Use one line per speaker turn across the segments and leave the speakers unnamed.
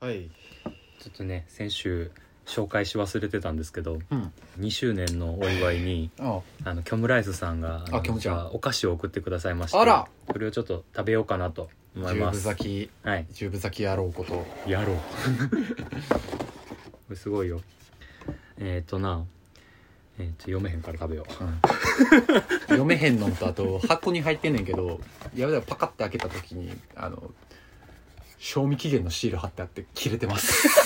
はい、
ちょっとね先週紹介し忘れてたんですけど
うん、
2周年のお祝いに
あ
あのキョムライスさんが
あキョムちゃん
のお菓子を送ってくださいまして
あら
これをちょっと食べようかなと思い
十
ま
分
す
咲き
はい
十分咲き野郎こと
や ろうこれすごいよえっ、となえっ、と読めへんから食べよう
うん読めへんのんとあ と箱に入ってんねんけどやべえパカって開けた時にあの賞味期限のシール貼ってあって切れてます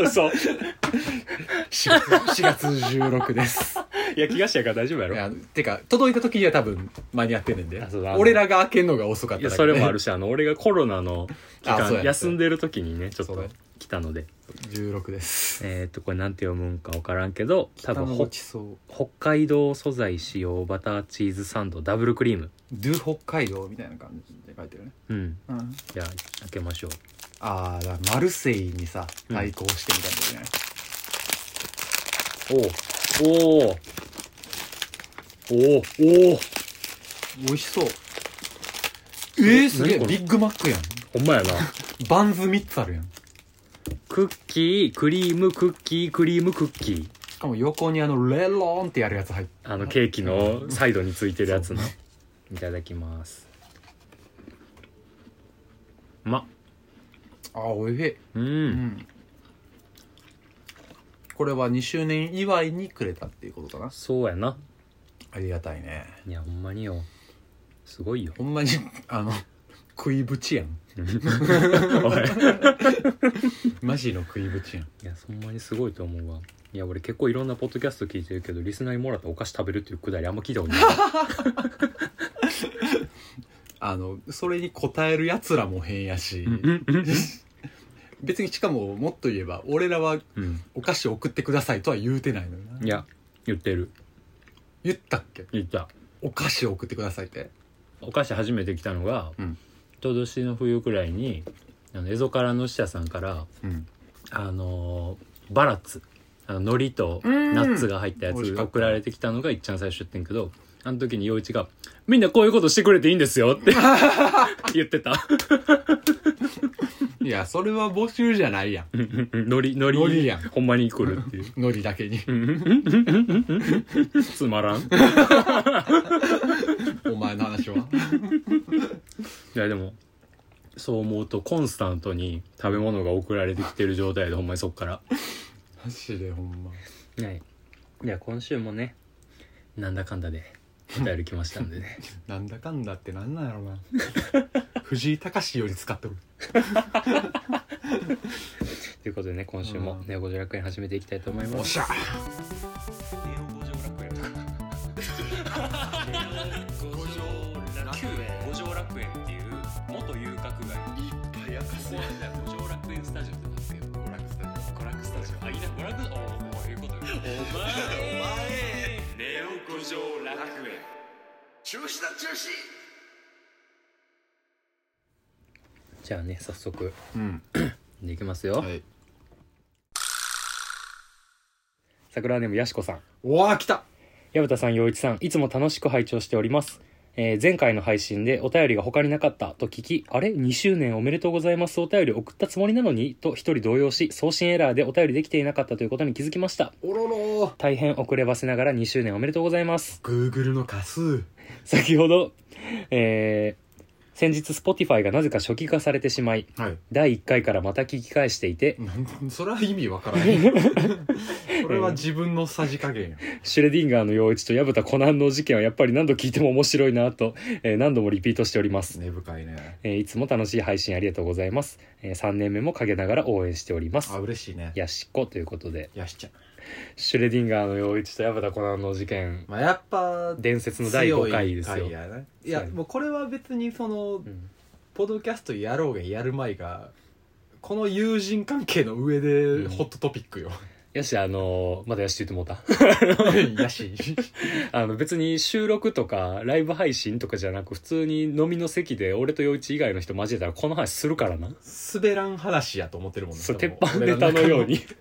嘘
4月 ,4 月16です
いや気がしやから大丈夫や
い
ろ
やてか届いた時には多分間に合ってんねんで
あそうだあの
俺らが開けんのが遅かっ
い
た
や
だけ
そ
で
れもあるしあの俺がコロナの期
あそうや
間
ね
休んでる時にねちょっ
そう
と
や
来たので
16です
えっ、とこれなんて読むんか分からんけど多分
ご
ほ
ちそう
北海道素材使用バターチーズサンドダブルクリーム
ドゥ北海道みたいな感じで書いてるね、
うん
うん、
じゃあ開けましょう
ああだからマルセイにさ
うん
対抗してみたんだよね、
おおおおおお
美味しそうえー、すげえ
何これ
ビッグマックやん
ほんまや な
バンズ3つあるやん
クッキークリームクッキークリームクッキー
しかも横にあのレローンってやるやつ入って
あのケーキのサイドについてるやつのいただきますうまっ
あーおいしい、
う
うんん、これは2周年祝いにくれたっていうことかな
そうやな
ありがたいね
いやほんまによすごい よ
ほんまに あの食いぶちやん
うんおい
マジの食いぶちやん
いやそんなにすごいと思うわいや俺結構いろんなポッドキャスト聞いてるけどリスナーにもらったお菓子食べるっていうくだりあんま聞いたことない
あのそれに応えるやつらも変やし、
うんうん
別にしかももっと言えば俺らは
うん
お菓子送ってくださいとは言うてないのよない
や言ってる
言ったっけ
言った
お菓子を送ってくださいって
お菓子初めて来たのが、
うん
ちょうど年の冬くらいにあのエゾカラの支社さんから
うん
あのーバラッツあの海苔と
うん
ナッツが入ったや
美味
つ
しか
が
った
送られてきたのがいっちゃん最初やってんけどあの時に陽一が「みんなこういうことしてくれていいんですよ」って 言って た
いやそれは募集じゃないやん
うんうんうん海苔海
海苔
苔
やん
ほんまに来るっていう
ノリだけに
つまらん
お前の話 はい
やでもそう思うとコンスタントに食べ物が送られてきてる状態でほんまにそっから
マジでほんま
はいじゃあ今週もねなんだかんだでお便り来ましたんで ね
なんだかんだってなんなんやろな藤井隆より使っとる
ということでね今週も
うん
「ネオ五条楽園」始めていきたいと思います
ゃ
五条楽園五条楽園っていう元遊郭街いっぱいやかせ五条楽園スタジオってなってよ娯楽スタジオ娯楽スタジオあいいな娯楽おおいうことお前お前ネオ五条楽園
中止だ中止
じゃあね早速
うん
でいきますよ、
はい
桜ネームやしこさん
うわー来た
矢田さん陽一さんいつも楽しく拝聴しております、えー前回の配信でお便りが他になかったと聞きあれ2周年おめでとうございますお便り送ったつもりなのにと一人動揺し送信エラーでお便りできていなかったということに気づきました
おろろー
大変遅ればせながら2周年おめでとうございます
Google の過数
先ほどえー先日 Spotify がなぜか初期化されてしまい
はい
第1回からまた聞き返していて
なんそれは意味わ からないこれは自分のさじ加減や
シュレディンガーの陽一と薮田コナンの事件はやっぱり何度聞いても面白いなと、えー何度もリピートしております、
根深いね
えーいつも楽しい配信ありがとうございます、え3年目も陰ながら応援しております
あ嬉しいね
やしこということで
やしちゃん
シュレディンガーの陽一と薮田コナンの事件
まあやっぱ
伝説の第5回です
強
よ
い回やない
そ
や
うやね
もうこれは別にその
うん
ポッドキャストやろうがやるまいがこの友人関係の上で
うん
ホットトピック よ、
やしあのーまだやしって言ってもうた
やし
あの別に収録とかライブ配信とかじゃなく普通に飲みの席で俺と陽一以外の人交えたらこの話するからな
滑らん話やと思ってるもんね
そう鉄板ネタのように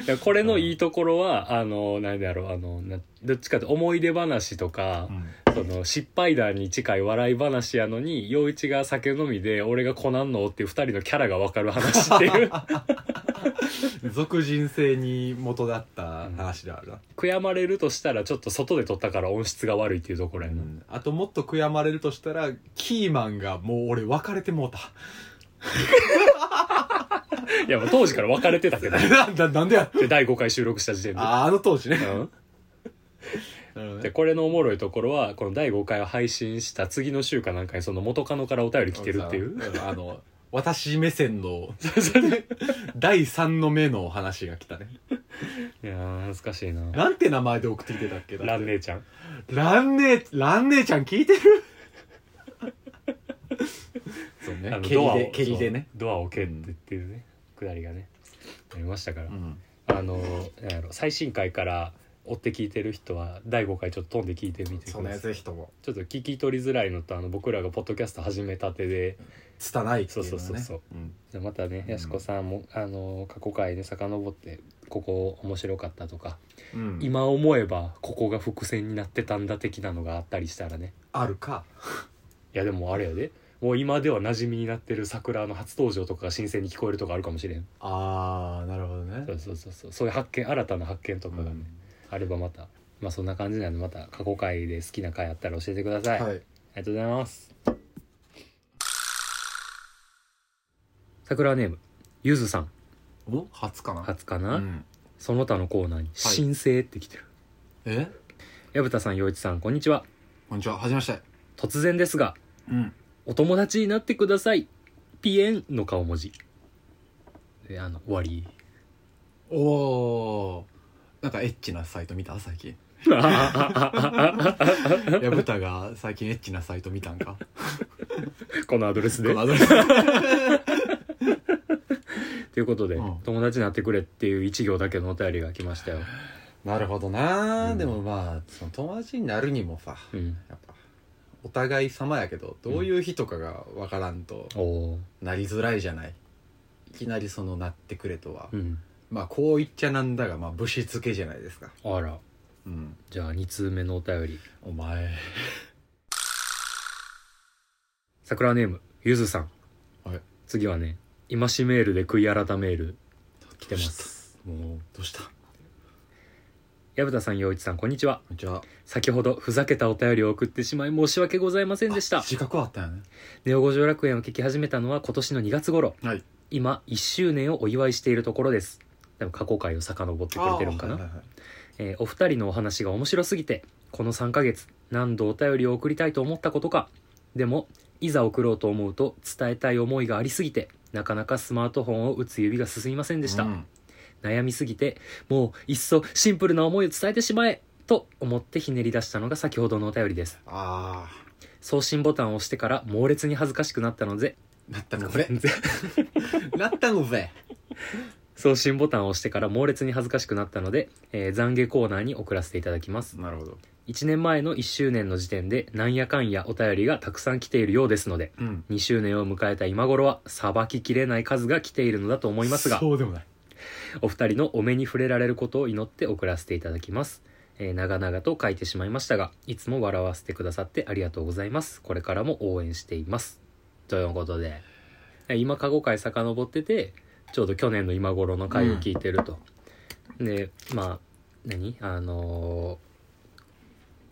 だからこれのいいところはあの何だろうあのなどっちかって思い出話とか、
うん、
その失敗談に近い笑い話やのに陽一が酒飲みで俺がコナンのっていう2人のキャラが分かる話って いう
俗人性に元だった話であるな、
悔やまれるとしたらちょっと外で撮ったから音質が悪いっていうところやな、
うんあともっと悔やまれるとしたらキーマンがもう俺別れてもうた
いやもう当時から別れてたけど
なんだなんでや
で第5回収録した時点で、
あーあの当時ね
うん、
なるほど
で
ね
これのおもろいところはこの第5回を配信した次の週かなんかにその元カノからお便り来てるっていうん
あの私目線 の第3の目の話が来たね
いやー懐かしいな
なんて名前で送ってきてたっけだって
蘭姉ちゃん
ランネランネちゃん聞いてる そう
あ
ね
の
蹴
ド
り
アを
で蹴りでね
そうドアを蹴ってっていうねくだりがねありましたから、
うん
あのなんやろ最新回から追って聞いてる人は第5回ちょっと飛んで聞いてみて
そ
く
う
だ
ね
さい
ぜひとも
ちょっと聞き取りづらいのとあの僕らがポッドキャスト始めたてで
拙いっていうのはね
そうそうそうそう
うん
じゃあまたね
うん
やすこさんも、あの過去回で遡ってここ面白かったとか、
うん
今思えばここが伏線になってたんだ的なのがあったりしたらね
あるか
いやでもあれやでもう今では馴染みになってる桜の初登場とかが新鮮に聞こえるとかあるかもしれん
ああなるほどね
そうそうそうそうそういう発見新たな発見とかがね、あればまたまあそんな感じなのでまた過去回で好きな回あったら教えてください、
は
あ
い
りがとうございます桜ネームゆずさん
お初かな
初か
う
な、
ん
その他のコーナーに「申請」って来てる
え
薮田さん陽一さんこんにちは
こんにちははじめまして
突然ですが
うん
お友達になってくださいピエンの顔文字であの終 わり
おおーなんかエッチなサイト見た最近 やぶたが最近エッチなサイト見たんか
このアドレスで
このアドレス
ということで、
うん
友達になってくれっていう一行だけのお便りが来ましたよ、
なるほどな、
うん
でもまあその友達になるにもさ
うん、
やっぱお互い様やけどどういう日とかがわからんと
おお
なりづらいじゃないいきなりそのなってくれとは、
うん
まあこう言っちゃなんだがまあぶしつけじゃないですか
あら
うん
じゃあ2通目のお便り
お前
桜ネームゆずさん、
はい
次はね今しメールで悔い改める
来
てます
もうどうしたこ
薮田さん陽一さんこんにちは
んにちは
先ほどふざけたお便りを送ってしまい申し訳ございませんでした
あ自覚はあったよね
ネオ五条楽園を聞き始めたのは今年の2月頃、
はい
今1周年をお祝いしているところですでも過去回を遡ってくれてるんかな、
あーはいはいはい
えーお二人のお話が面白すぎてこの3ヶ月何度お便りを送りたいと思ったことかでもいざ送ろうと思うと伝えたい思いがありすぎてなかなかスマートフォンを打つ指が進みませんでした、
うん
悩みすぎてもういっそシンプルな思いを伝えてしまえと思ってひねり出したのが先ほどのお便りです
あ
送信ボタンを押してから猛烈に恥ずかしくなったので
あ なったのぜ
全然
なったのぜ
送信ボタンを押してから猛烈に恥ずかしくなったので、えー懺悔コーナーに送らせていただきます
なるほど
1年前の1周年の時点でなんやかんやお便りがたくさん来ているようですので
うん
2周年を迎えた今頃はさばききれない数が来ているのだと思いますが
そうでもない
お二人のお目に触れられることを祈って送らせていただきます、えー長々と書いてしまいましたがいつも笑わせてくださってありがとうございますこれからも応援していますということでえー今過去回遡っててちょうど去年の今頃の回を聞いてると、でまあ何あの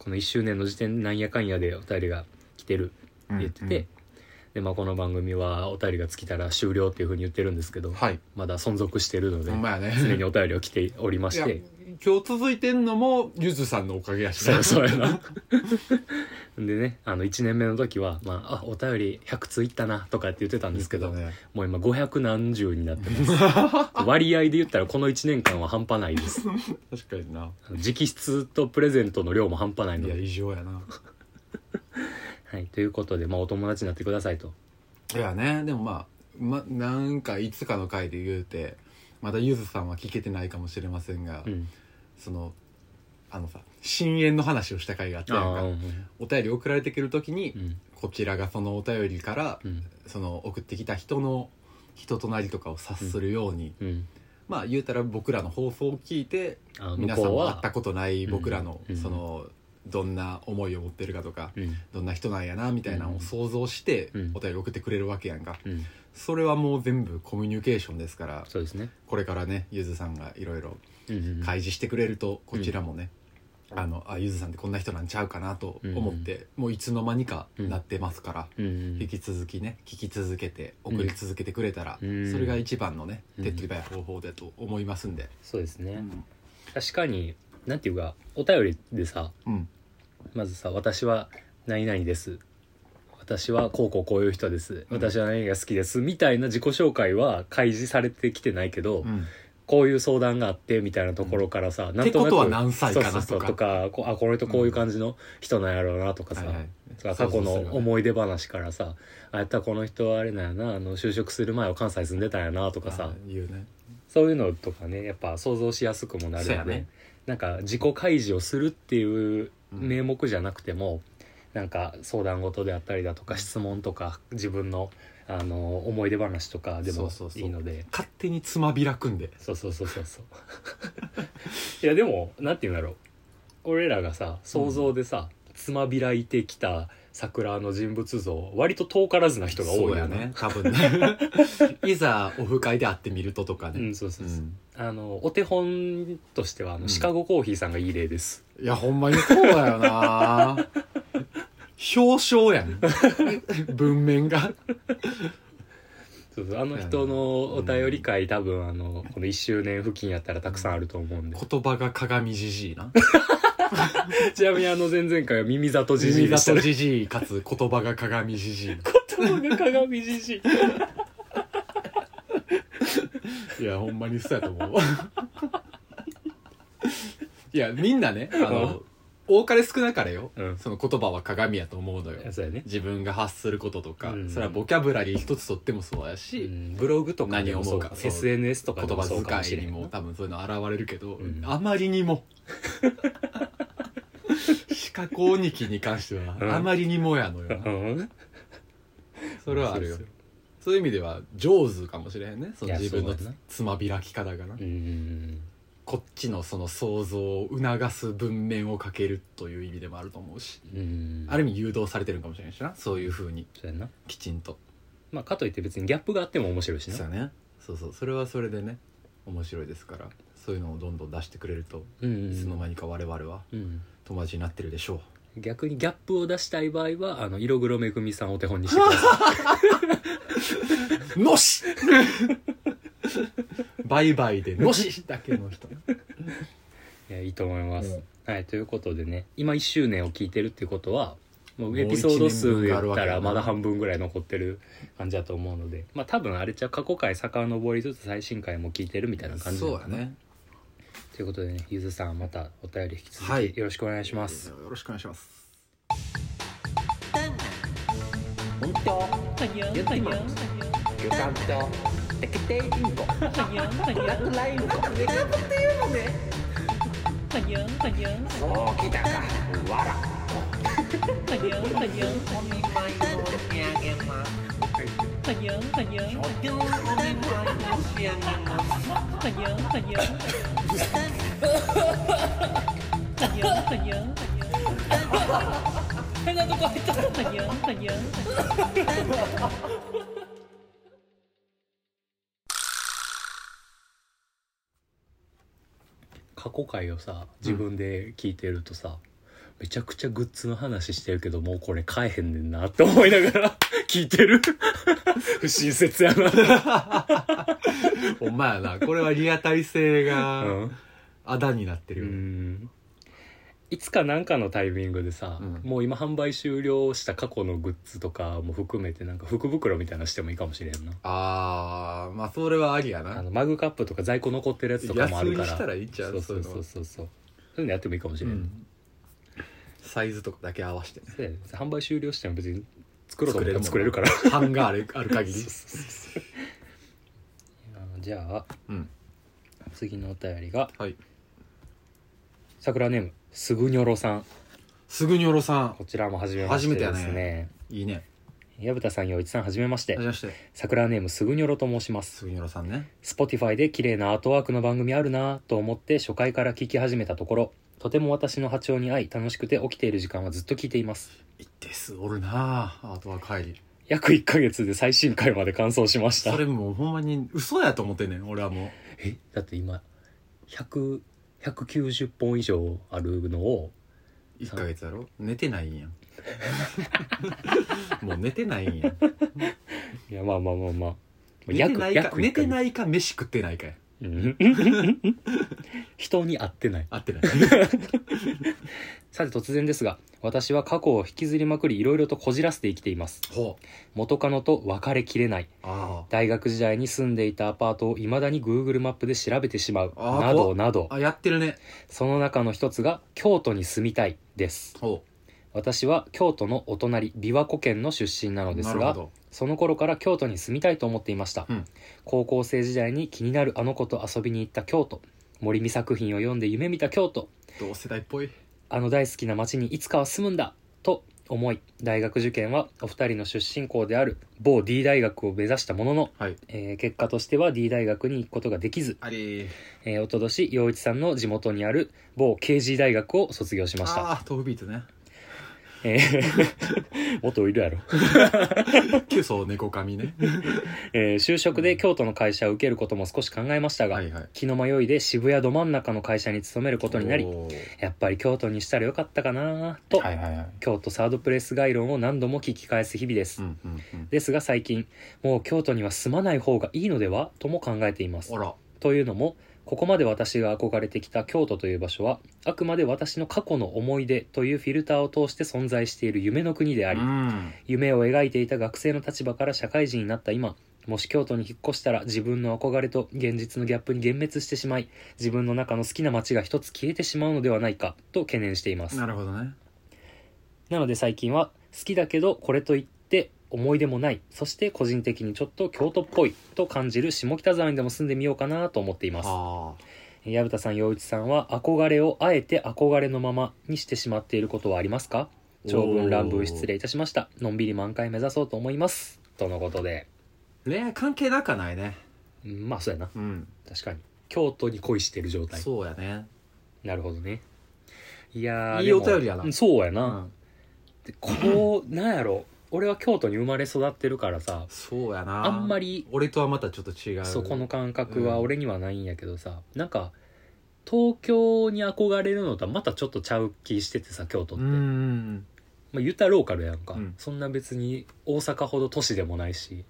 ーこの1周年の時点でなんやかんやでお便りが来てるって言ってて、でまあ、この番組はお便りが尽きたら終了っていうふうに言ってるんですけど、
はい
まだ存続してるので
ほんまやね
常にお便りを来ておりまし
いや
て
今日続いてんのもゆずさんのおかげやし
そ
な
うそうやなでねあの1年目の時は、まあ、あお便り100通いったなとかって言ってたんですけど、
ね
もう今500何十になってます 割合で言ったらこの1年間は半端ないです
確かにな
あの直筆とプレゼントの量も半端ないの
いや
で、
異常やな
はい、ということで、まあ、お友達になってくださいと
いやねでもまあまなんかいつかの回で言うてまだゆずさんは聞けてないかもしれませんが、
うん
そのあのさ深淵の話をした回があったやん
あ
か
あ
お便り送られてくる時に、
うん
こちらがそのお便りから、
うん
その送ってきた人の人となりとかを察するように、
うん
まあ言うたら僕らの放送を聞いて
あ
皆
向
さ
こ
ん
う
も会っ
は
たことない僕らの
うん
そのどんな思いを持ってるかとか
うん
どんな人なんやなみたいなのを想像して
うん
お便り送ってくれるわけやんか
うん
それはもう全部コミュニケーションですから
そうですね
これからねゆずさんがいろいろ
うんうんうん
開示してくれるとこちらもね、あのあゆずさんってこんな人なんちゃうかなと思って、もういつの間にかなってますから、
うんうん
引き続きね聞き続けて送り続けてくれたら、
うん
それが一番のね、
うん
手っ取り早い方法だと思いますんで、
そうですね、
うん
確かになんていうかお便りでさまずさ「私は何々です」「私はこうこうこういう人です」「
うん
私は何々が好きです」みたいな自己紹介は開示されてきてないけ
う
ど、
ん
こういう相談があってみたいなところからさ、なんとな
ってことは何歳かな
そうそうそう
とか
とかこうあこの人こういう感じの人なんやろうなとかさ、
はいはい
とか過去の
い
思い出話からさ、あやったらこの人はあれなんやなあの就職する前は関西住んでたんやなとかさ、
言うね
そういうのとかねやっぱ想像しやすくもなる
そう
よ
や
ね
ね
なんか自己開示をするっていう
うん
名目じゃなくても、なんか相談事であったりだとか質問とか自分のあの思い出話とかで
そ
も
うそうそう
いいので
勝手につまびらくんで
そうそうそうそうそう いやでもなんて言うんだろう俺らがさ想像でさ、つまびらいてきた桜の人物像割と遠からずな人が多いよ
そうや
ね
ね多分ね いざオフ会で会ってみるととか
う
ね、
んそうそううそう、
ん
あのお手本としてはあの、
うん
シカゴコーヒーさんがいい例です
いやほんまにそうだよな表彰やん文面が
そうそうあの人のお便り会、多分あのこの1周年付近やったらたくさんあると思うんで、
言葉が鏡じじいな
ちなみにあの前々回は耳ざとじじ
耳
いで
だ
した
と
ね
じじいかつ言葉が鏡じじい
言葉が鏡じじい
いやほんまにそうやと思ういやみんなねあの多かれ少なかれよ、
うん
その言葉は鏡やと思うのよ
そうやね、
自分が発することとか、
うん
それはボキャブラリー一つとってもそうや
う
し、
ん、ブログとかでもそう
何を思
か
うかそう
SNS とかで
言
もそうか
葉
もし
遣
れ
いに
ん
も
な
多分そういうの現れるけど、
うん
あまりにも四角鬼記に関しては
うん
あまりにもやのよな、
うん
それはあるよ
そうそう
そういう意味では上手かもしれへんねそ
い
の
や
自分の
そうやな
つまびらき方がな、
うん
こっちのその想像を促す文面をかけるという意味でもあると思うし、
うん
ある意味誘導されてるんかもしれないしなそういうふうに
そうやな
きちんと
まあかといって別にギャップがあっても面白いしな
うねそうそうそれはそれでね面白いですからそういうのをどんどん出してくれると、
うんうん
いつの間にか我々は
うん
友達になってるでしょう
逆にギャップを出したい場合はあの色黒めぐみさんをお手本にしてくださ
の しバイバイでのしだけの人
いいやいいと思います、
うん
はいということでね今1周年を聞いてるっていうことはもうエピソード数で言ったらまだ半分ぐらい残ってる感じだと思うのでまあ多分あれちゃう過去回遡りつつ最新回も聞いてるみたいな感じなの
そう
か
や
な
ね
ということでねゆずさんまたお便り引き続
はい
きよろしくお願いします、
よろしくお願いします
過去回をさ自分で聞いてるとさ、めちゃくちゃグッズの話してるけどもうこれ買えへんねんなって思いながら 聞いて る不親切やな、
ほんまやなこれはリアタイ性
う
が
ん、
あだになってる
う
よ、
んいつかなんかのタイミングでさ、
うん
もう今販売終了した過去のグッズとかも含めてなんか福袋みたいなのしてもいいかもしれんな
あーまあそれはありや
あ
な
のマグカップとか在庫残ってるやつとかもあ
安売
るか
り
ら
したらいいんちゃう
そうそうそうそうそうそういうのやってもいいかもしれ
う
んない、
んサイズとかだけ合わせてね
で販売終了しても別に作ろうと思ったら作
作
れ
れ
る
る
か
も
ら
版があるある 限 り
あのじゃあ
うん
次のお便りが
はい
桜ネームすぐにょろさん
すぐにおろさ
こちらも初めまして
初
です
めてや
ね
んいいね
薮田さん陽一さんはじめまして
はじめまして
桜ネームすぐにょろと申します
すぐにおろさんね
Spotify で綺麗なアートワークの番組あるなぁと思って初回から聞き始めたところとても私の波長に合い楽しくて起きている時間はずっと聞いています
一定数おるなあアートワーク入り
約1ヶ月で最新回まで完走しました
それもうほんまに嘘やと思ってんねん俺はも
えだって今100 190本以上あるのを
う1ヶ月やろ寝てないん やんもう寝てないんやん
いやまあまあまあまあ
寝てないか
1
寝て
い、
ないか飯食ってないかや
うん 人に会ってない
合ってない
さて突然ですが私は過去を引きずりまくりいろいろとこじらせて生きています
ほう
元カノと別れきれない
あ
大学時代に住んでいたアパートをいまだに Google マップで調べてしまう
あー
な
怖
ど
っ
など
ああやってるね
その中の一つが京都に住みたいです
ほ
私は京都のお隣琵琶湖県の出身なの
う
で
な
す
るほ
が
ど
その頃から京都に住みたいと思っていました、
うん
高校生時代に気になるあの子と遊びに行った京都森美作品を読んで夢見た京都
同世代っぽい
あの大好きな町にいつかは住むんだと思い大学受験はお二人の出身校である某 D 大学を目指したものの、
はい
えー結果としては D 大学に行くことができず、
あり
えー、おととし陽一さんの地元にある某 KG 大学を卒業しました、
ああ豆腐ビートね
えー もっといるやろ
旧層猫髪 ね
えー就職で京都の会社を受けることも少し考えましたが、
はいはい
気の迷いで渋谷ど真ん中の会社に勤めることになり
おー
やっぱり京都にしたらよかったかなと、
はいはいはい
京都サードプレス概論を何度も聞き返す日々です、
うんうんうん
ですが最近もう京都には住まない方がいいのではとも考えています
あら
というのもここまで私が憧れてきた京都という場所はあくまで私の過去の思い出というフィルターを通して存在している夢の国であり、
うん
夢を描いていた学生の立場から社会人になった今もし京都に引っ越したら自分の憧れと現実のギャップに幻滅してしまい自分の中の好きな街が一つ消えてしまうのではないかと懸念しています
な
な
るほどね
ので最近は好きだけどこれといって思い出もないそして個人的にちょっと京都っぽいと感じる下北沢にでも住んでみようかなと思っています
あ
薮田さん陽一さんは憧れをあえて憧れのままにしてしまっていることはありますか
おー
長文乱文失礼いたしましたのんびり満開目指そうと思いますとのことで
恋愛関係なくはないね
うんまあそうやな
うん
確かに京都に恋してる状態
そうやね
なるほどねいやー
いい
でも
お便りやな
うんそうや
う
な、
ん
でこうなんやろ俺は京都に生まれ育ってるからさ
そうやな
あんまり
俺とはまたちょっと違う
そこの感覚は
うん
俺にはないんやけどさ、なんか東京に憧れるのとはまたちょっとちゃう気しててさ京都っ
う
て、
ん
まあ、言うたらローカルやんか、
うん
そんな別に大阪ほど都市でもないし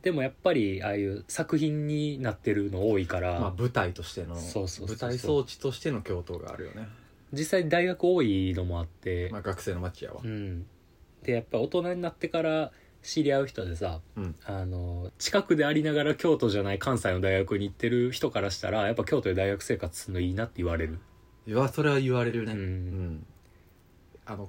でもやっぱりああいう作品になってるの多いから、
まあ舞台としての
そうそうそうそ
舞
う
台装置としての京都があるよね
実際大学多いのもあって、
まあ学生の街やわ
うんでやっぱ大人になってから知り合う人でさ、
うん
あの近くでありながら京都じゃない関西の大学に行ってる人からしたらやっぱ京都で大学生活するのいいなって言われる、
いやそれは言われるね
うん
んあの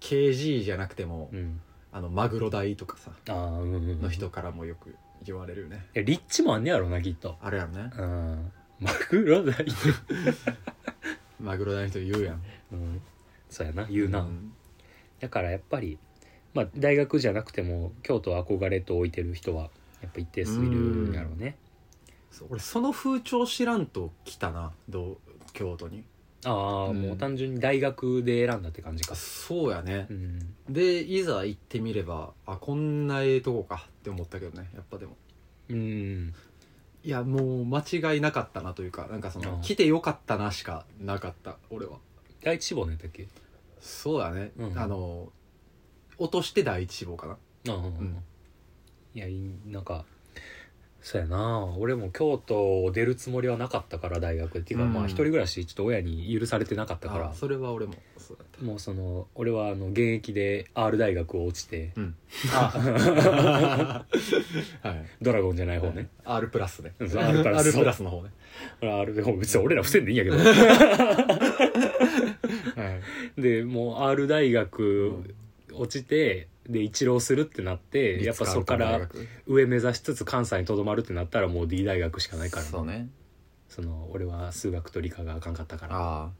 KG じゃなくても
うん、
あのマグロ代とかさ
ああうんうんうん
の
い
人からもよく言われるね
や立地もあんねやろなきっと
あれやんね
うんマグロだい
マグロ代の人言うやん
うん、そうやな言うな、
ん
だからやっぱり、まあ、大学じゃなくても京都は憧れと置いてる人はやっぱ一定数いるんやろうね
そう俺その風潮知らんと来たなどう京都に
ああ、
うん
もう単純に大学で選んだって感じか
そうやね
うん
でいざ行ってみればあこんなええとこかって思ったけどねやっぱでも
うん
いやもう間違いなかったなというかなんかその
あ
来てよかったなしかなかった俺は
第一志望のやったっけ
そうだね、
うん
あの落として第一志望かな
ああ、
ん
いやいいなんかそうやな俺も京都を出るつもりはなかったから大学っていうか、
うん
まあ一人暮らしちょっと親に許されてなかったから
あそれは俺もそうだっ
もうその俺はあの現役で R 大学を落ちて、
うん
あ
た はい
ドラゴンじゃない方ね
R プラスね
うんそう R プラス
R プラスの方ね、
ほら R でも別に俺ら伏せんでいいんやけど
はい、
でもう R 大学落ちてで一浪するってなってやっぱそこか
立川
ら
大学
上目指しつつ関西にとどまるってなったらもう D 大学しかないから
そうね
その俺は数学と理科があかんかったから
あ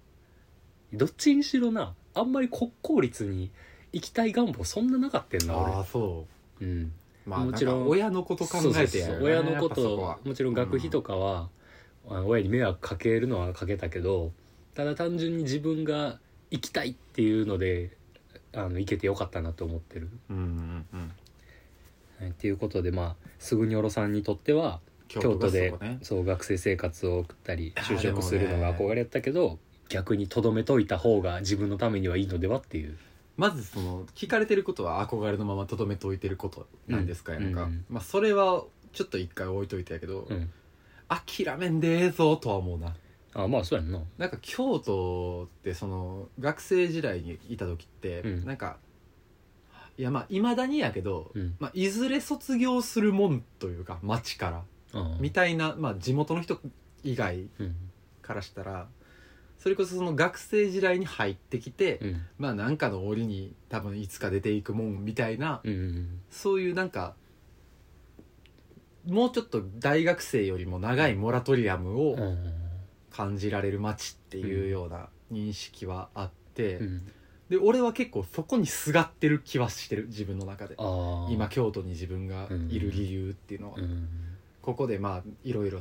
どっちにしろなあんまり国公立に行きたい願望そんななかったん
あ
な
あ
俺
あそ
うん
うまあ
もちろん
なんか親のこと考えてや
そうそう
る
そう親のこ
やっぱそは
ともちろん学費とかは、あの親に迷惑かけるのはかけたけどただ単純に自分が行きたいっていうのであの行けてよかったなと思ってる、
うんうんうん
はい、っていうことでまあすぐにおろさんにとっては京都で
がそこね
そう学生生活を送ったり
あー
就職するのが憧れやったけど、逆にとどめといた方が自分のためにはいいのではっていう
まずその聞かれてることは憧れのままとどめておいてることなんですかやんか、
うんうん
まあそれはちょっと一回置いといてやけど、
うん
諦めんでええぞとは思うな
あまあそうやんな
なんか京都ってその学生時代にいた時って、
うん
なんかいやまあいまだにやけど、
うん
まあ、いずれ卒業するもんというか町から
あ
みたいな、まあ、地元の人以外
うん
からしたらそれこそその学生時代に入ってきて、
うん
まあなんかの折に多分いつか出ていくもんみたいな、
うんうん
そういうなんかもうちょっと大学生よりも長いモラトリアム
うんう
を
ん
感じられる街っていうような認識はあって、
うん
で俺は結構そこにすがってる気はしてる自分の中で
あー
今京都に自分がいる理由っていうのは、
うん
ここでまあいろいろ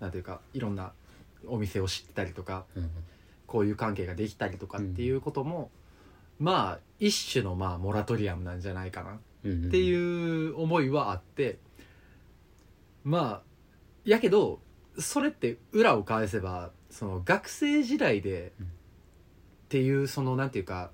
なんていうかいろんなお店を知ったりとか
うん
こういう関係ができたりとかっていうことも、まあ一種のまあモラトリアムなんじゃないかな
うん
っていう思いはあって、まあやけどそれって裏を返せばその学生時代で
うん
っていうそのなんていうか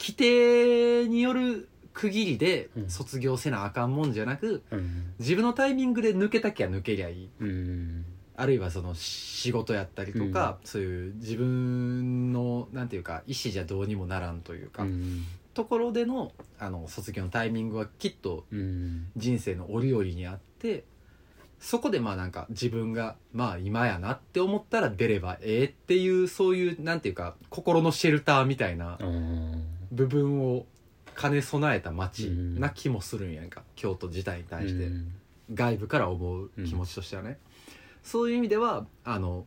規定による区切りで
うん
卒業せなあかんもんじゃなく、
うん
自分のタイミングで抜けたきゃ抜けりゃいい
うん
あるいはその仕事やったりとか、そういう自分のなんていうか意思じゃどうにもならんというか、
うん
ところでのあの卒業のタイミングはきっと
うん
人生の折々にあってそこでまあなんか自分がまあ今やなって思ったら出ればええっていうそういうなんていうか心のシェルターみたいな
あー
部分を兼ね備えた街
うん
な気もするんやんか京都自体に対して。
うん
外部から思う気持ちとしてはね、そういう意味ではあの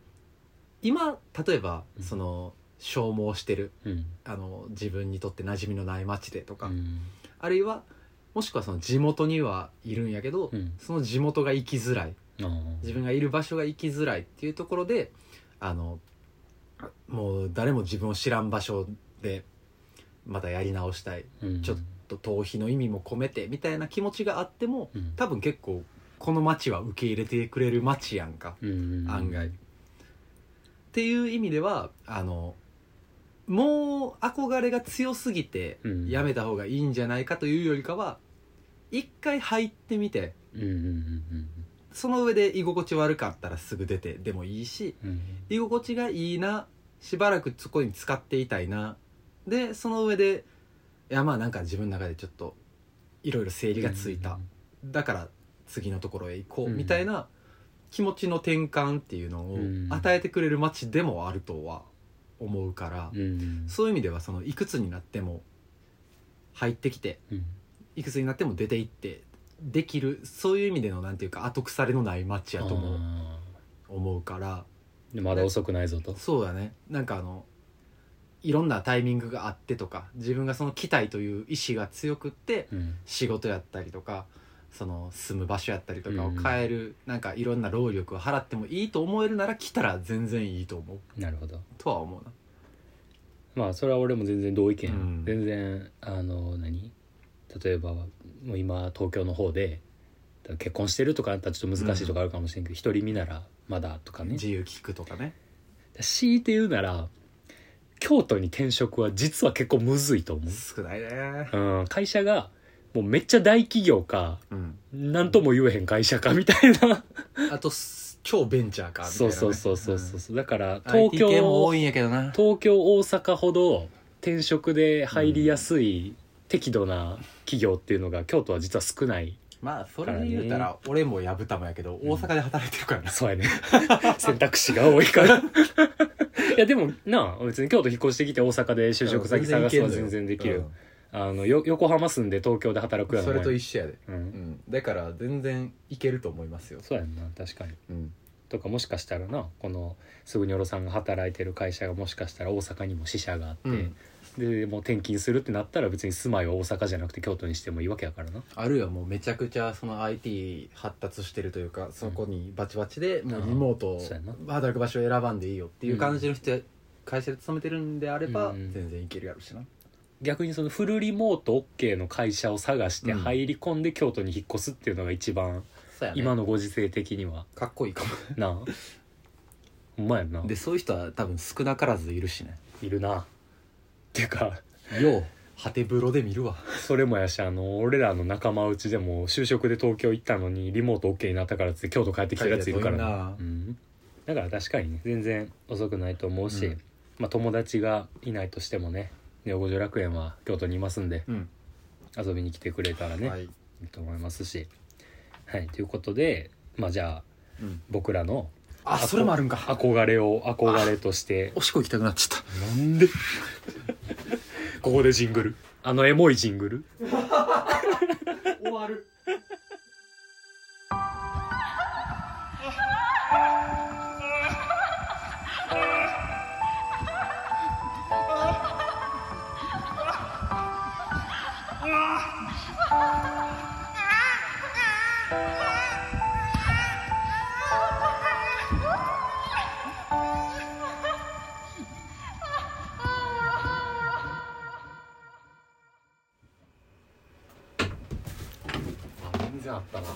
今例えば
うん
その消耗してる
うん
あの自分にとって馴染みのない街でとか、
うん
あるいはもしくはその地元にはいるんやけど、
うん
その地元が行きづらい
あー
自分がいる場所が行きづらいっていうところであのもう誰も自分を知らん場所でまたやり直したい
うん
ちょっと逃避の意味も込めてみたいな気持ちがあっても
うん
多分結構この街は受け入れてくれる街やんか、
うん
案外っていう意味ではあのもう憧れが強すぎて
うん
やめた方がいいんじゃないかというよりかは一回入ってみて
うんうん
その上で居心地悪かったらすぐ出てでもいいし
うんうん
居心地がいいなしばらくそこに使っていたいなでその上でいやまあなんか自分の中でちょっといろいろ整理がついた、だから次のところへ行こう
うん
みたいな気持ちの転換っていうのを
うん
与えてくれる街でもあるとは思うから
うんうん
そういう意味ではそのいくつになっても入ってきて
うん
いくつになっても出て行ってできるそういう意味でのなんていうか後腐れのない街やとも
あ
思うから
ーでまだ遅くないぞと
そうだねなんかあのいろんなタイミングがあってとか自分がその期待という意志が強くって
うん
仕事やったりとかその住む場所やったりとかを
うん
変える、なんかいろんな労力を払ってもいいと思えるなら来たら全然いいと思う
なるほど
とは思うな
まあそれは俺も全然同意見、
うん
全然あの何例えばもう今東京の方で結婚してるとかだったらちょっと難しいとかあるかもしれんけど、一人身ならまだとかね
自由聞くとかね
強いて言うなら京都に転職は実は結構むずいと思
少ないね
う、うん、会社がもうめっちゃ大企業か
うん
何とも言えへん会社かみたいな
あとす超ベンチャーかみたいな
そう
ね、
そうそうそうそううんそうだから東
IT 系
京
も多いんやけどな
東京大阪ほど転職で入りやすい適度な企業っていうのが京都は実は 少ない
まあそれで言うたら俺もやぶたもやけど大阪で働いてるからな、
そうやね 選択肢が多いからいやでもなあ別に京都引っ越してきて大阪で就職先探すのは全然できる、あのよ横浜住んで東京で働
う
く
ん
や
それと一
緒、
緒やで、う
う、
んん、だから全然いけると思いますよ、
そうやんな確かに
うん、
とかもしかしたらなこのすぐにょろさんが働いてる会社がもしかしたら大阪にも支社があって、
うん
でもう転勤するってなったら別に住まいは大阪じゃなくて京都にしてもいいわけやからな
あるいはもうめちゃくちゃその IT 発達してるというかそこにバチバチでもうリモート
そうやな
働く場所を選ばんでいいよっていう感じの人や会社で勤めてるんであれば
うん
全然いけるやろうしな
逆にそのフルリモート OK の会社を探して
うん
入り込んで京都に引っ越すっていうのが一番
そうやね
今のご時世的には
かっこいいかも
なあほんまやな
でそういう人は多分少なからずいるしね
いるなっていうか
よう果て風呂で見るわ
それもやしあの俺らの仲間内でも就職で東京行ったのにリモート OK になったからっつって京都帰ってきてるやついるからな
な
うん、だから確かにね全然遅くないと思うし、
うん
まあ、友達がいないとしてもねネオ五条楽園は京都にいますんで
うん
遊びに来てくれたらね、、
はいい
いと思いますしはいということでまあじゃあ
うん
僕らの
あそれもあるんか
憧れを憧れとして
おしっこ行きたくなっちゃっ
なんでここでジングルあのエモいジングル
た終わる
全然あったな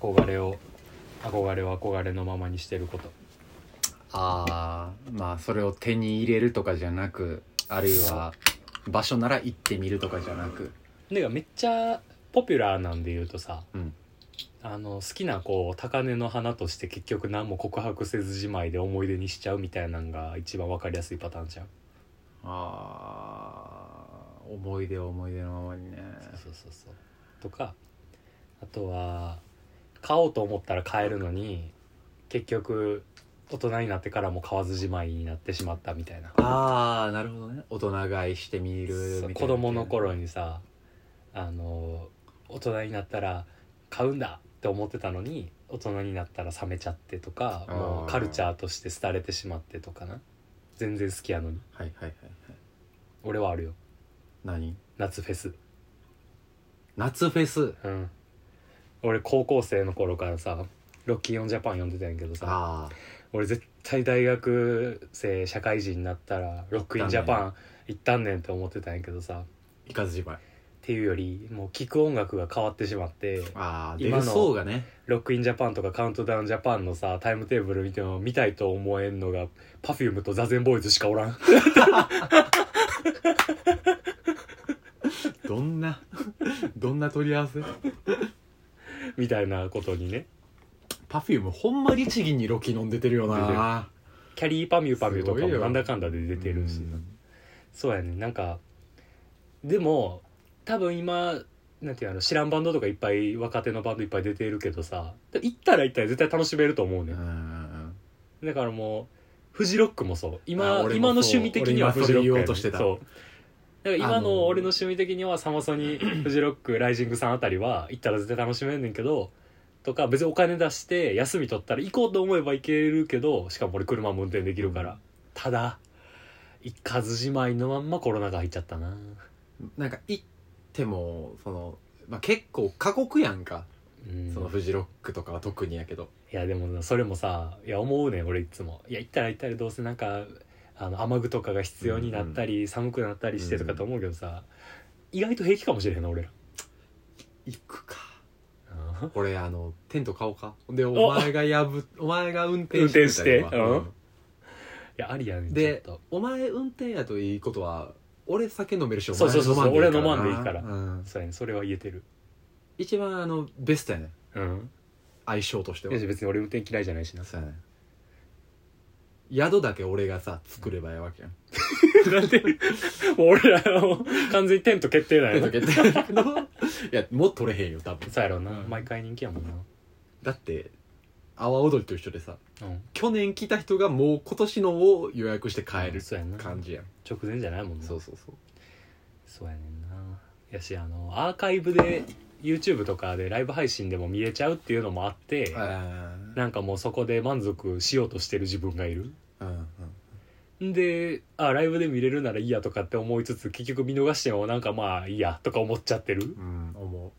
憧れを憧れを憧れのままにしてること
ああまあそれを手に入れるとかじゃなくあるいは場所なら行ってみるとかじゃなく
なんかめっちゃポピュラーなんで言うとさ、
うん
あの好きなこう高嶺の花として結局何も告白せずじまいで思い出にしちゃうみたいなのが一番わかりやすいパターンじゃん
ああ思い出は思い出のままにね
そうそうそうそうとかあとは買おうと思ったら買えるのに結局大人になってからも買わずじまいになってしまったみたいな
ああなるほどね大人買いしてみるみた
そ
いうな
子供の頃にさあの大人になったら買うんだって思ってたのに大人になったら冷めちゃってとか
あー
もうカルチャーとして廃れてしまってとかな全然好きやのに
はいはいはいはい
俺はあるよ
何
夏フェス
夏フェス
うん俺高校生の頃からさロッキー・オン・ジャパン読んでたんやけどさ
あ
俺絶対大学生社会人になったらロック・イン・ジャパン行ったんねんって思ってたんやけどさっ
行かずじまい
ていうよりもう聴く音楽が変わってしまって
ああ出
今
る
の
層がね
ロックインジャパンとかカウントダウンジャパンのさタイムテーブル見ても見たいと思えんのが Perfume とザゼンボーイズしかおらん
どんな どんな取り合わせ
みたいなことにね
パフュームほんま律儀にロキ飲んでてるよな
キャリーパミューパミューとか
すごい
も
よ
なんだかんだで出てるしそうやねなんかでも多分今なんていうの知らんバンドとかいっぱい若手のバンドいっぱい出てるけどさ行ったら行ったら絶対楽しめると思う
う
ね
んうんうん
だからもうフジロックもそう
あ
今
俺もそう
今の趣味的には
俺
フ
今
ジロック
それ
やね
言おうとしてた
そうだから
あのー
今の俺の趣味的にはサマソ ニフジロックライジングさんあたりは行ったら絶対楽しめんねんけどとか別にお金出して休み取ったら行こうと思えば行けるけどしかも俺車も運転できるから、ただ行かずじまいのまんまコロナが入っちゃったな
なんか行ってもその、まあ、結構過酷やんか、
うん
そのフジロックとかは特にやけど
いやでもそれもさいや思うねん俺いつもいや行ったら行ったらどうせなんかあの雨具とかが必要になったり、寒くなったりしてとかと思うけどさ、意外と平気かもしれへんな俺ら
行くか俺あのテント買おうかでお前がやぶお前が運転
運転してうんいやありやねん
で
ちょっと
お前運転やといいことは俺酒飲めるしお
そう
前
そうそうそう
飲ま
俺飲まんでいいから
なうん
そうやねんそれは言えてる
一番あのベストやね
うん
相性としてはい
や別に俺運転嫌いじゃないしな
そうやね宿だけ俺がさ作ればいいわけやん
なんでもう俺らの完全にテント決定だ
手
よ
だ
な
けってやるけど いやもう取れへんよ多分
そうやろうな、
うん
毎回人気やもんな
だって阿波踊りと一緒でさ
うん
去年来た人がもう今年のを予約して帰る
そうやんな
感じやん、
直前じゃないもんな
そうそうそう
そうやねんなやしあのアーカイブで YouTube とかでライブ配信でも見れちゃうっていうのもあって
あー
なんかもうそこで満足しようとしてる自分がいる
うんうん
であライブで見れるならいいやとかって思いつつ結局見逃してもなんかまあいいやとか思っちゃってる
うん思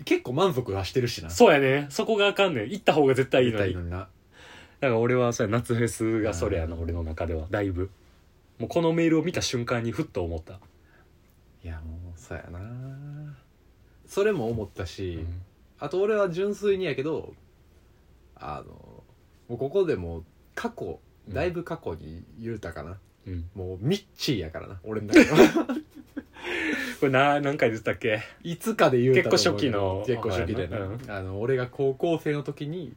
う結構満足はしてるしな
そうやねそこがあかんねん行った方が絶対いいの
言
に
いたいのにな
だから俺はそうや夏フェスがそれやな俺の中ではだいぶもうこのメールを見た瞬間にふっと思った、
いやもうそうやなそれも思ったし、
うん
あと俺は純粋にやけどあのもうここでもう過去だいぶ過去に言うたかな、
うん
もうミッチーやからな俺の中 では
これな何回言ってたっけ
いつかで言うたと思うけど
結
結
構
構
初
初
期
期で
のあれや
な、あの俺が高校生の時に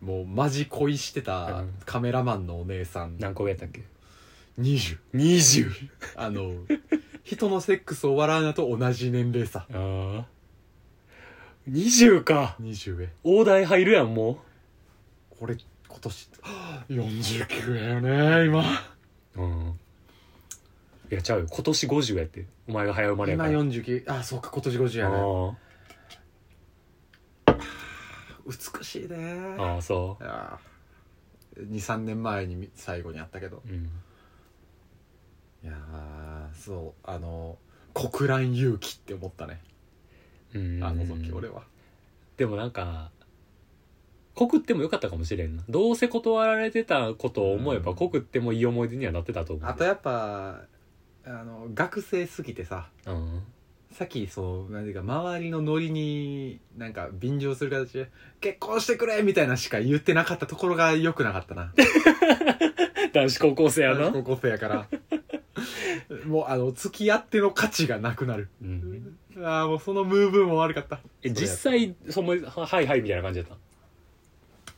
もうマジ恋して
う
た
ん
カメラマンのお姉さん
何個やったっけ
20
20
あの人のセックスを笑うなと同じ年齢さ
ああ20か
20上
大台入るやんも
これ今年 はぁ49やよね今
ううんいやちゃうよ今年50やってお前が早生まれやか
今
ら
49あそうか今年50やね
あ
美しいね
あああそ
あ23年前にみ最後に会ったけど
ううん
いやーそうあの国乱勇気って思ったね
うん
あの時俺は
でもなんか告ってもよかったかもしれんなどうせ断られてたことを思えば
うん
告ってもいい思い出にはなってたと思う
あとやっぱあの学生すぎてさ
うん
さっきそう何ていうか周りのノリになんか便乗する形で「結婚してくれ!」みたいなしか言ってなかったところが良くなかったな
男子高校生やな
男子高校生やから もうあの付き合っての価値がなくなる
うん
ああもうそのムーブーも悪かった
え実際そのははいはいみたいな感じだっ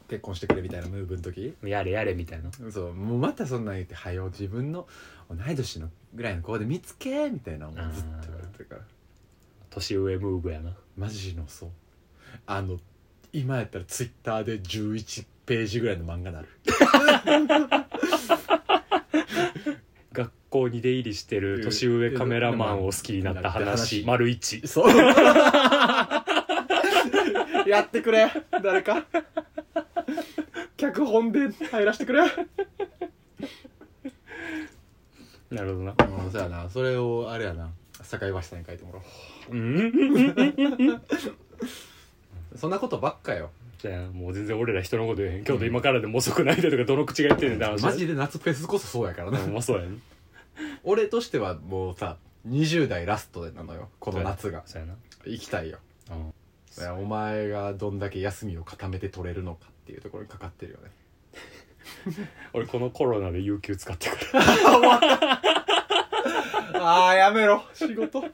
結婚してくれみたいなムーブの時
たやれやれみたいな
そうもうまたそんなん言って「はよ自分の同い年のぐらいの子で見つけ!」みたいなのをずっと言われてるから
年上ムーブやな
マジのそうあの今やったらツイッターで11ページぐらいの漫画なる
学校に出入りしてる年上カメラマンを好きになった話丸一
そう やってくれ誰か脚本で入らせてくれ
なるほどな
うんそうやなそれをあれやな坂井橋さんに書いてもらお
うん
うそんなことばっかよ
じゃあもう全然俺ら人のこと言えへん今日と今からでも遅くないでとかどの口が言ってんねんって話
マジで夏フェスこそそうやからな
うまそうやね
俺としてはもうさ20代ラストなのよこの夏が
そうやな
行きたいよ
う
い
ん
やお前がどんだけ休みを固めて取れるのかっていうところにかかってるよね
俺このコロナで有給使ってから
ああやめろ仕事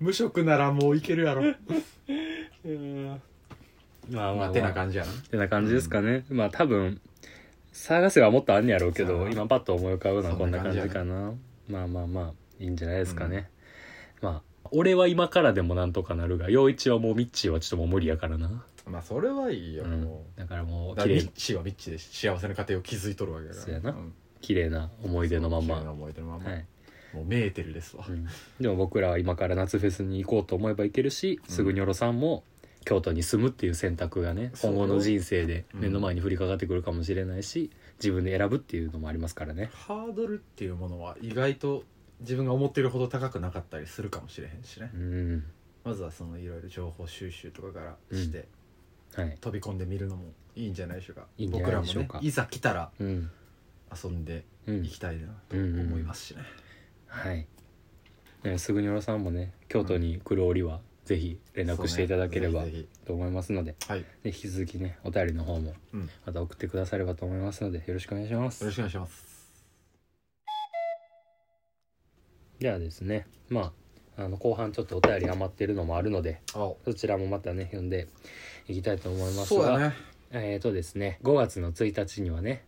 無職ならもういけるやろ
まあ
まあてな感じやな
てな感じですかね、まあ多分探せばもっとあんねやろうけ
そう
ど
やな
今パッと思い浮かぶのはこんな感じ
そんな
かなまあまあまあいいんじゃないですかね、まあ俺は今からでもなんとかなるが陽一はもうミッチーはちょっともう無理やからな、
まあそれはいいよ、
うん
もう
だからもう
だから
綺
ミ
麗
ッチーはミッチーで幸せな家庭を築いとるわけだから
そうやなん綺麗な思い出のま
そう綺麗な
ま
思い出のまま、
はい
もうメーテルですわ、
うんでも僕らは今から夏フェスに行こうと思えば行けるし、
うん
すぐにょろさんも京都に住むっていう選択がね
そう
今
よ
後の人生で
うん
目の前に降りかかってくるかもしれないし、自分で選ぶっていうのもありますからね
ハードルっていうものは意外と自分が思ってるほど高くなかったりするかもしれへんしね、
うん
まずはそのいろいろ情報収集とかからして、
はい、
飛び込んでみるのもいいんじゃないでしょうか
いいんじゃ
僕
ない
ら
で
も
しょう
ね
か
いざ来たら
うん
遊んで
うん
いきたいなと思いますしね、
はいねすぐにょろさんもね京都に来る折はぜひ連絡していただければ
そうねぜひぜ
と思いますので,、
ひはいよ
で引き続きねお便りの方も
うん
また送ってくださればと思いますのでよろしくお願いします
ろしくお願いします
ではですねまああの後半ちょっとお便り余ってるのもあるので
あ
そちらもまたね読んでいきたいと思います
そう
が、
だね
えっ、とですね5月の1日にはね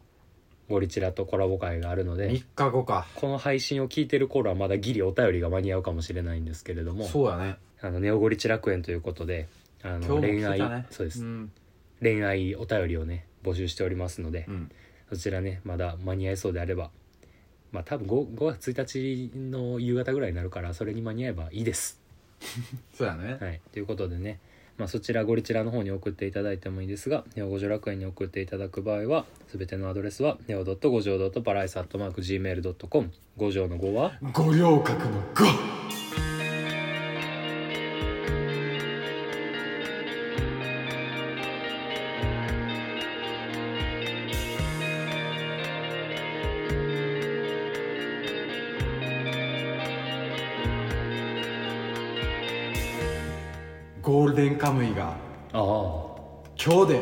ゴリチラとコラボ会があるので
3日後か
この配信を聞いてる頃はまだギリお便りが間に合うかもしれないんですけれども
そうだね
あのネオゴリチラ楽園ということであ
今日
の
も
恋
来
愛、
たね
そうです、
ん
恋愛お便りをね募集しておりますので、
うん
そちらねまだ間に合いそうであればまあ多分 5, 5月1日の夕方ぐらいになるからそれに間に合えばいいです
そうだね
はい、ということでねまあ、そちらゴリチラの方に送っていただいてもいいですがネオ五条楽園に送っていただく場合は全てのアドレスはネオ五条パライス .gmail.com 五条の5は
五稜郭の五ゴールデンカムイが
ああ
今日で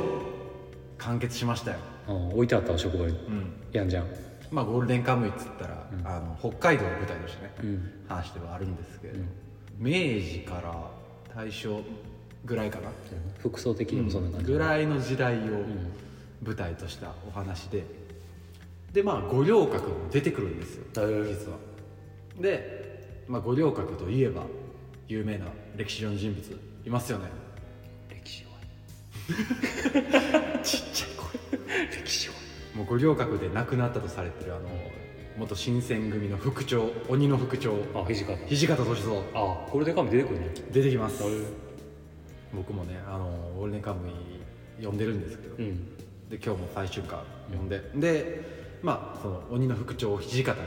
完結しましたよ、
ああ置いてあったわ職場に
うん、
やんじゃん
まあゴールデンカムイっつったら、
うん
あの北海道を舞台としてね、
うん
話ではあるんですけれど、
うん
明治から大正ぐらいかな、
服装的にもそんな感じ、
ぐらいの時代を舞台としたお話で、でまあ五稜郭も出てくるんですよ実はで、まあ、五稜郭といえば有名な歴史上の人物いますよね
歴史は
ちっちゃい声
歴史は
もう五稜郭で亡くなったとされてるあの元新選組の副長鬼の副長
あ土方
土方歳三
あこれでカメ出てくるね
出てきます
あれ
僕もねあのゴールデンカムイ呼んでるんですけど、
うん
で今日も最終回読んで、でまあその鬼の副長土方が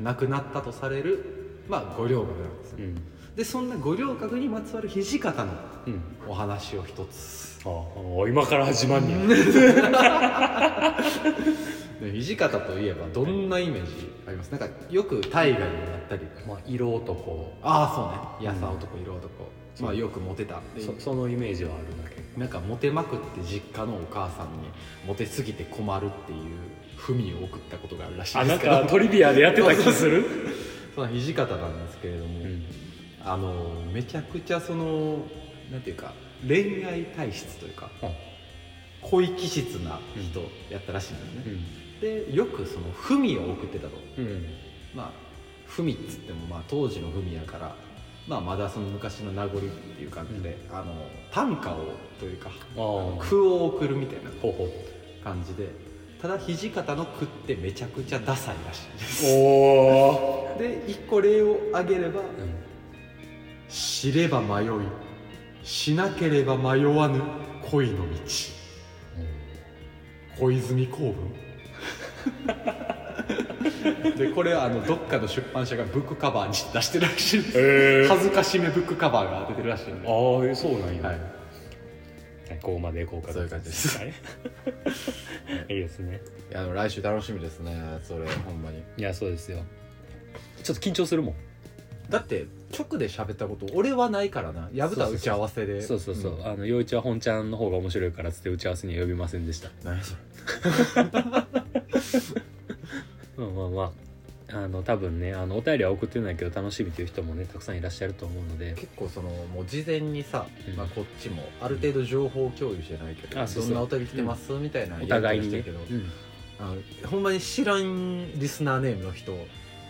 亡くなったとされる、まあ五稜郭なんですよ、
うん
でそんな五稜郭にまつわる土方の
うん
お話を一つ
ああ今から始まんねや
で土方といえばどんなイメージありますなんかよく大河になったり
まあ色男
ああそうね優男色男、まあよくモテたで
そそのイメージはあるんだけど
なんかモテまくって実家のお母さんにモテすぎて困るっていう文を送ったことがあるらしい
あ
で
なん
すけど
かトリビアでやってた気する
その土方なんですけれども、
うん
あのめちゃくちゃそのなんていうか恋愛体質というか
あ
恋気質な人やったらしいんですね、でよくその文を送ってたと
うんうん
まあ文っつってもまあ当時の文やから、まあ、まだその昔の名残っていう感じで、あの短歌をというか
ああ
句を送るみたいな
ほうほう
感じでただ土方の句ってめちゃくちゃダサいらしいです
おお
で一個例を挙げれば、知れば迷いしなければ迷わぬ恋の道小泉公文 でこれはあのどっかの出版社がブックカバーに出してるらしいです、
え
恥ずかしめブックカバーが出てるらしいんで、
あ
は、
あえそうなんや、はいい、ここまでこうか
そういう感じです
はい いいですね
いやでも来週楽しみですねそれほんまに
いやそうですよちょっと緊張するもん
だって直で喋ったこと俺はないからな薮田打ち合わせで
そうそうそう、
ん
あの陽一は本ちゃんの方が面白いからっつって打ち合わせには呼びませんでした
何やそれ
まあまあまああの多分ねあのお便りは送ってないけど楽しみという人もねたくさんいらっしゃると思うので
結構そのもう事前にさ、
うん
まあ、こっちもある程度情報共有じゃないけど、
あそうそう
どんなお便り来てます、みたいな
お互いに
や
ね
り取りしてるけど、あのほんまに知らんリスナーネームの人
うん、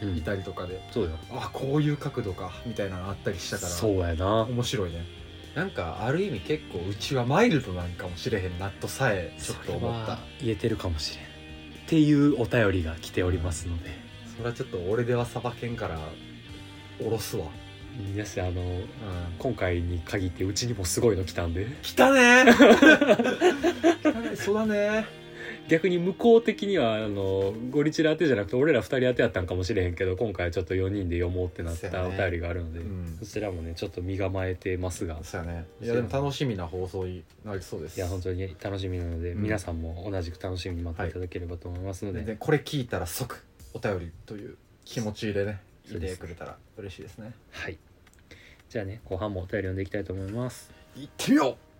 うん
いたりとかで、
そうよ
あこういう角度かみたいなのあったりしたから
そうやな
面白いねなんかある意味結構うちはマイルドなんかもしれへんなとさえちょっと思った
それは言えてるかもしれんっていうお便りが来ておりますので
それはちょっと俺ではさばけんからおろすわ、
皆さんあの
うん、
今回に限ってうちにもすごいの来たんで
来た ね来たねそうだね
逆に向こう的にはあのゴリチラ当てじゃなくて俺ら2人当てやったんかもしれへんけど今回はちょっと4人で読もうってなっ
そうや
たお
ね
便りがあるので、
うん
そちらもねちょっと身構えてますが
そうやねい
そ
やで
うや
も
ね
楽しみな放送になりそうです
いや本当に楽しみなので、
うん
皆さんも同じく楽しみに待っていただければと思いますので、
でこれ聞いたら即お便りという気持ちでね
そう
い
です
てくれたら嬉しいですね
はいじゃあね後半もお便り読んでいきたいと思います
いってみよう